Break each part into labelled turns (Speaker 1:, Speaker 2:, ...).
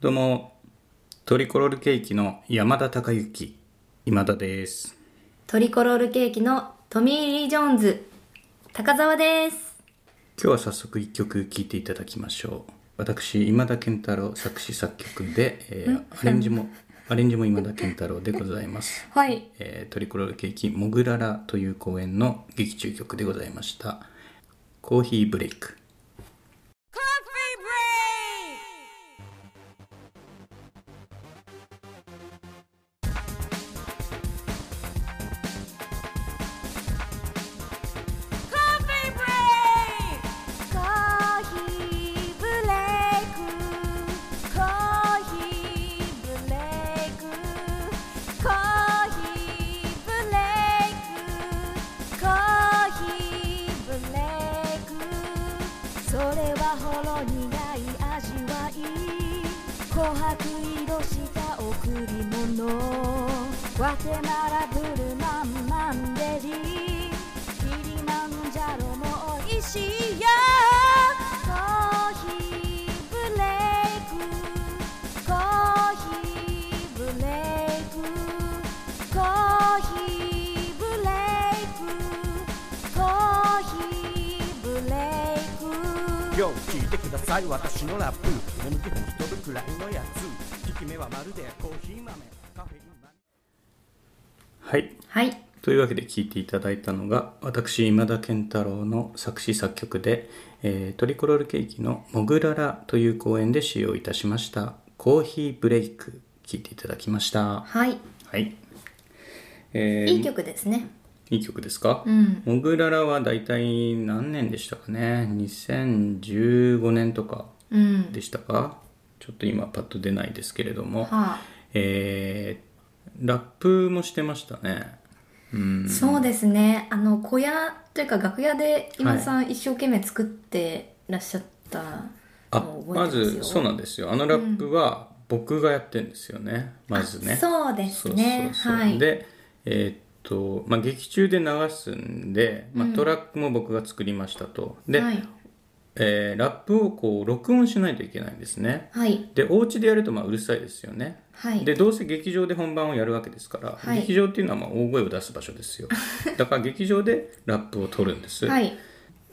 Speaker 1: どうも、トリコロールケーキの山田孝之、今田です。
Speaker 2: トリコロールケーキのトミー・リー・ジョーンズ高澤です
Speaker 1: 今日は早速一曲聴いていただきましょう。私、今田健太郎作詞作曲で、えーアレンジも、アレンジも今田健太郎でございます。
Speaker 2: はい
Speaker 1: えートリコロールケーキ「モグララ」という公演の劇中曲でございました「コーヒーブレイク」
Speaker 3: 「コーヒーブレイク」「コーヒーブレイク」「コーヒーブレイク」「コーヒーブレイク」「それはほろ苦い味わい」「琥珀色した贈り物」「ワテマラブルマンマンデリー」「キリマンジャロも美味しいよ」「コーヒーブレイク」「コーヒーブレイク」「コーヒーブレイク」「コーヒーブレイク」
Speaker 4: よう聞いてください私のラップ眠気吹き飛ぶくらいのやつ効き目はまるでコーヒー豆カフェイン豆
Speaker 1: はい
Speaker 2: はい
Speaker 1: というわけで聴いていただいたのが私今田健太郎の作詞作曲で、えートリコロールケーキの「モグララ」という公演で使用いたしました「コーヒーブレイク」聴いていただきました
Speaker 2: はい、
Speaker 1: はい、えー
Speaker 2: いい曲ですね
Speaker 1: いい曲ですか、
Speaker 2: うん
Speaker 1: モグララは大体何年でしたかね2015年とか
Speaker 2: うん
Speaker 1: でしたか、ちょっと今パッと出ないですけれども、
Speaker 2: はあ、
Speaker 1: えーラップもしてましたねうん
Speaker 2: そうですねあの小屋というか楽屋で今さん、一生懸命作ってらっしゃった
Speaker 1: あ
Speaker 2: のを覚えて
Speaker 1: ま
Speaker 2: ますよ
Speaker 1: ずそうなんですよあのラップは僕がやってんですよね、まずね
Speaker 2: そうですね
Speaker 1: そうそうそう
Speaker 2: はい
Speaker 1: でえーっと、まあ、劇中で流すんで、まあ、トラックも僕が作りましたと、で、
Speaker 2: はい
Speaker 1: えーラップをこう録音しないといけないんですね
Speaker 2: はい
Speaker 1: でお家でやるとまあうるさいですよね、
Speaker 2: はい
Speaker 1: でどうせ劇場で本番をやるわけですから、
Speaker 2: はい
Speaker 1: 劇場っていうのはまあ大声を出す場所です よだから劇場でラップを取るんです、
Speaker 2: はい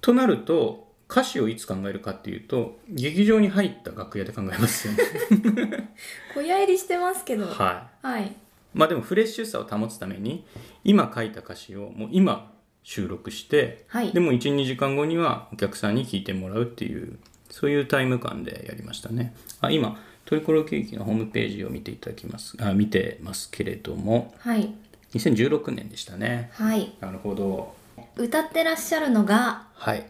Speaker 1: となると歌詞をいつ考えるかっていうと劇場に入った楽屋で考えますよ ね
Speaker 2: 小屋入りしてますけどは、
Speaker 1: はいいまあでもフレッシュさを保つために今書いた歌詞をもう今収録して、
Speaker 2: はい
Speaker 1: でも12時間後にはお客さんに聞いてもらうっていうそういうタイム感でやりましたねあ今トリコロールケーキのホームページを見ていただきますあ見てますけれども
Speaker 2: はい
Speaker 1: 2016年でしたね
Speaker 2: はい
Speaker 1: なるほど
Speaker 2: 歌ってらっしゃるのが
Speaker 1: はい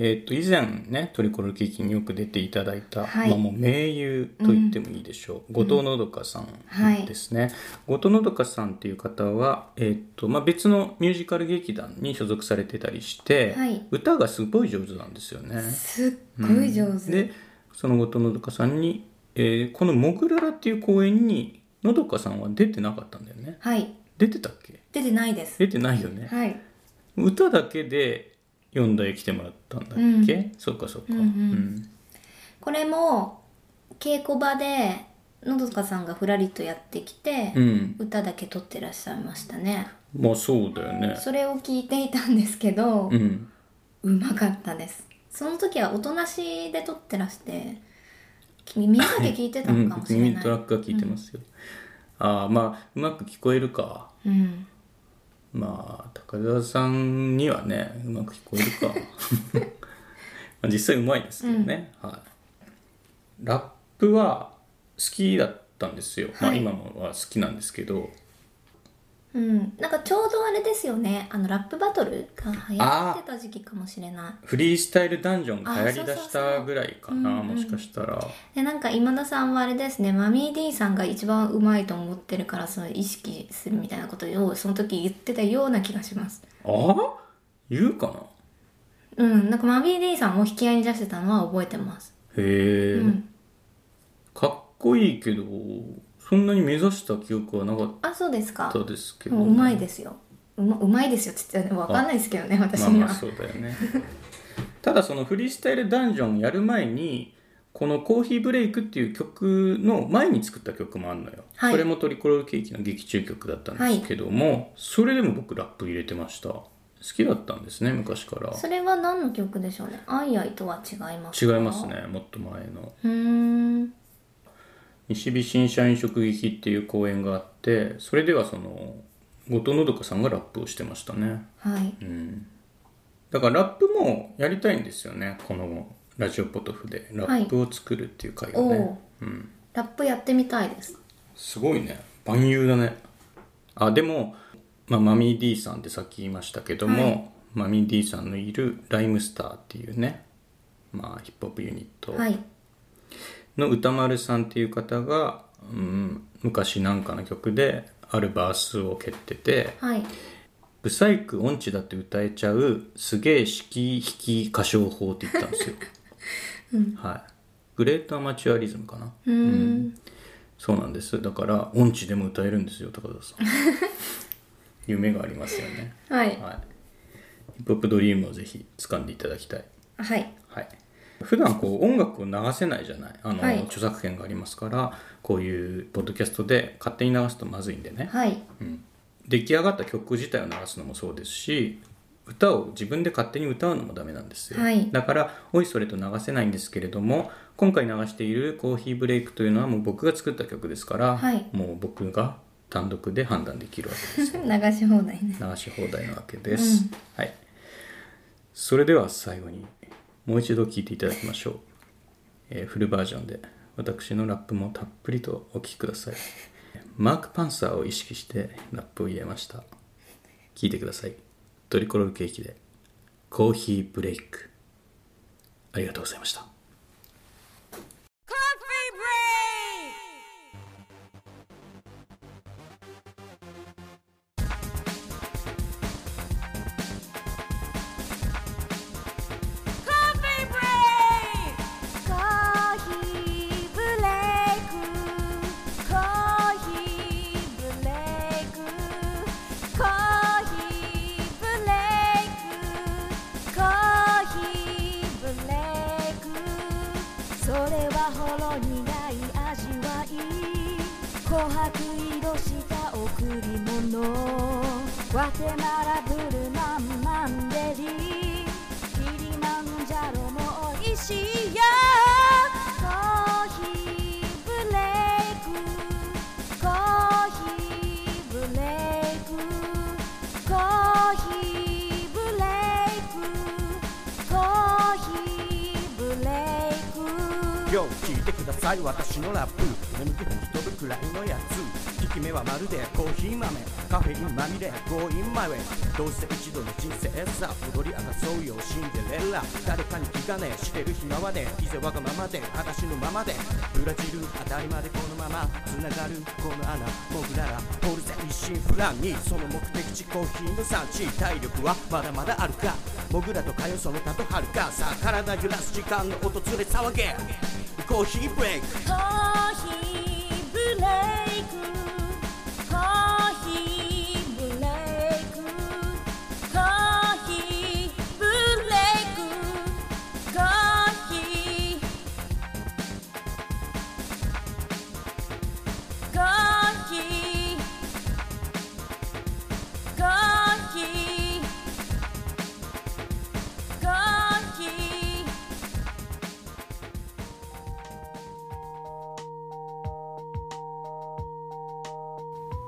Speaker 1: えっと以前ねトリコロールケーキによく出ていただいた、
Speaker 2: はい
Speaker 1: まあもう名優と言ってもいいでしょう、後藤のどかさ
Speaker 2: はい
Speaker 1: んですね、後藤のどかさんっていう方は、えっとまあ、別のミュージカル劇団に所属されてたりして、
Speaker 2: はい
Speaker 1: 歌がすごい上手なんですよね。
Speaker 2: すっごい上手、
Speaker 1: でその後藤のどかさんに、えーこの「モグララ」っていう公演にのどかさんは出てなかったんだよね
Speaker 2: はい
Speaker 1: 出てたっけ
Speaker 2: 出てないです
Speaker 1: 出てないよね、
Speaker 2: はい
Speaker 1: 歌だけで4台来てもらったんだっけ、
Speaker 2: う
Speaker 1: そうかそうか、
Speaker 2: うんうんこれも稽古場でのどかさんがふらりとやってきて、
Speaker 1: うんうん
Speaker 2: 歌だけ撮ってらっしゃいましたね
Speaker 1: まあそうだよね
Speaker 2: それを聞いていたんですけど、
Speaker 1: うん
Speaker 2: うまかったですその時はおとなしで撮ってらして耳だけ聞いてたのかもしれ
Speaker 1: 耳
Speaker 2: ない、
Speaker 1: トラックが聞いてますよ、ああまあうまく聞こえるか
Speaker 2: うん、
Speaker 1: まあ高田さんにはねうまく聞こえるか まあ実際うまいですけどね、はい、ラップは好きだったんですよ、
Speaker 2: はい
Speaker 1: まあ今もは好きなんですけど
Speaker 2: うん、なんかちょうどあれですよねあのラップバトルが流行ってた時期かもしれない
Speaker 1: フリースタイルダンジョンが流行りだし
Speaker 2: あそうそうそ
Speaker 1: た
Speaker 2: う
Speaker 1: ぐらいかな
Speaker 2: うんうん
Speaker 1: もしかしたら、
Speaker 2: でなんか今田さんはあれですねマミー D さんが一番うまいと思ってるからその意識するみたいなことをその時言ってたような気がします
Speaker 1: ああ言うかな
Speaker 2: うんなんかマミー D さんを引き合いに出してたのは覚えてます
Speaker 1: へえ、
Speaker 2: うん
Speaker 1: かっこいいけどそんなに目指した記憶はなかっ
Speaker 2: あそうですか
Speaker 1: たですけ
Speaker 2: う
Speaker 1: ど、
Speaker 2: んうまいですようまうまいですよって言ってわかんないですけどね私に
Speaker 1: まあ
Speaker 2: は、
Speaker 1: まあそうだよねただそのフリースタイルダンジョンやる前にこの「コーヒーブレイク」っていう曲の前に作った曲もあるのよ、
Speaker 2: はい
Speaker 1: それもトリコロールケーキの劇中曲だったんですけども、それでも僕ラップ入れてました好きだったんですね昔から
Speaker 2: それは何の曲でしょうねアイアイとは違います
Speaker 1: 違
Speaker 2: か
Speaker 1: いますねもっと前の
Speaker 2: うーん
Speaker 1: 西日新社員食劇っていう公演があってそれではその後藤のどかさんがラップをしてましたね
Speaker 2: はい
Speaker 1: うんだからラップもやりたいんですよねこのラジオポトフでラップを作るっていう回が
Speaker 2: お
Speaker 1: ね、
Speaker 2: おうラップやってみたいです
Speaker 1: すごいね万有だねあでも、まあ、マミー D さんってさっき言いましたけども、
Speaker 2: はい
Speaker 1: マミー D さんのいるライムスターっていうね、まあ、ヒップホップユニット
Speaker 2: はい
Speaker 1: の歌丸さんっていう方が、うん、昔なんかの曲であるバースを蹴ってて
Speaker 2: はい
Speaker 1: 「ブサイク音痴だって歌えちゃうすげえ式引き歌唱法」って言ったん ですよ、はいグレートアマチュアリズムかな
Speaker 2: うーん
Speaker 1: そうなんですだから音痴でも歌えるんですよ高田さ ん夢がありますよね
Speaker 2: はい
Speaker 1: はいヒップホップドリームをぜひ掴んでいただきたい
Speaker 2: はい
Speaker 1: はい普段こう音楽を流せないじゃないあの、
Speaker 2: はい
Speaker 1: 著作権がありますからこういうポッドキャストで勝手に流すとまずいんでね、
Speaker 2: はい
Speaker 1: うん、出来上がった曲自体を流すのもそうですし歌を自分で勝手に歌うのもダメなんですよ、
Speaker 2: はい
Speaker 1: だからおいそれと流せないんですけれども今回流している「コーヒーブレイク」というのはもう僕が作った曲ですから、
Speaker 2: はい
Speaker 1: もう僕が単独で判断できるわけですよ
Speaker 2: 流し放題ね
Speaker 1: 流し放題なわけです、はいそれでは最後にもう一度聴いていただきましょう、えーフルバージョンで私のラップもたっぷりとお聴きくださいマーク・パンサーを意識してラップを入れました聴いてくださいトリコロールケーキでコーヒーブレイクありがとうございました
Speaker 3: Coffee break! コーヒーブレイクコーヒーブレイクコーヒーブレイクコーヒーブレイクコーヒーブレイクそれはほろ苦い味わい琥珀色した贈り物ワテマラブルマンマンベリーキリマンジャロも美味しいよコーヒーブレイクコーヒーブレイクコーヒーブレイクコーヒーブレイク
Speaker 4: よう聞いてください私のラップ眠気吹き飛ぶくらいのやつ効き目はまるでコーヒー豆カフェインまみれ Going my way どうせ一度の人生さ踊り明かそうよシンデレラ誰かに気がねえしてる暇はねえ以前わがままで私のままでブラジル当たり前でこのまま繋がるこの穴僕ららポルゼ一心不乱にその目的地コーヒーの産地体力はまだまだあるか僕らと通うその他とはるかさあ体揺らす時間の訪れ騒げコーヒーブレイク
Speaker 3: コーヒーブレイクコーヒーブレイクコーヒーブレイクコーヒーコーヒーコーヒーコーヒー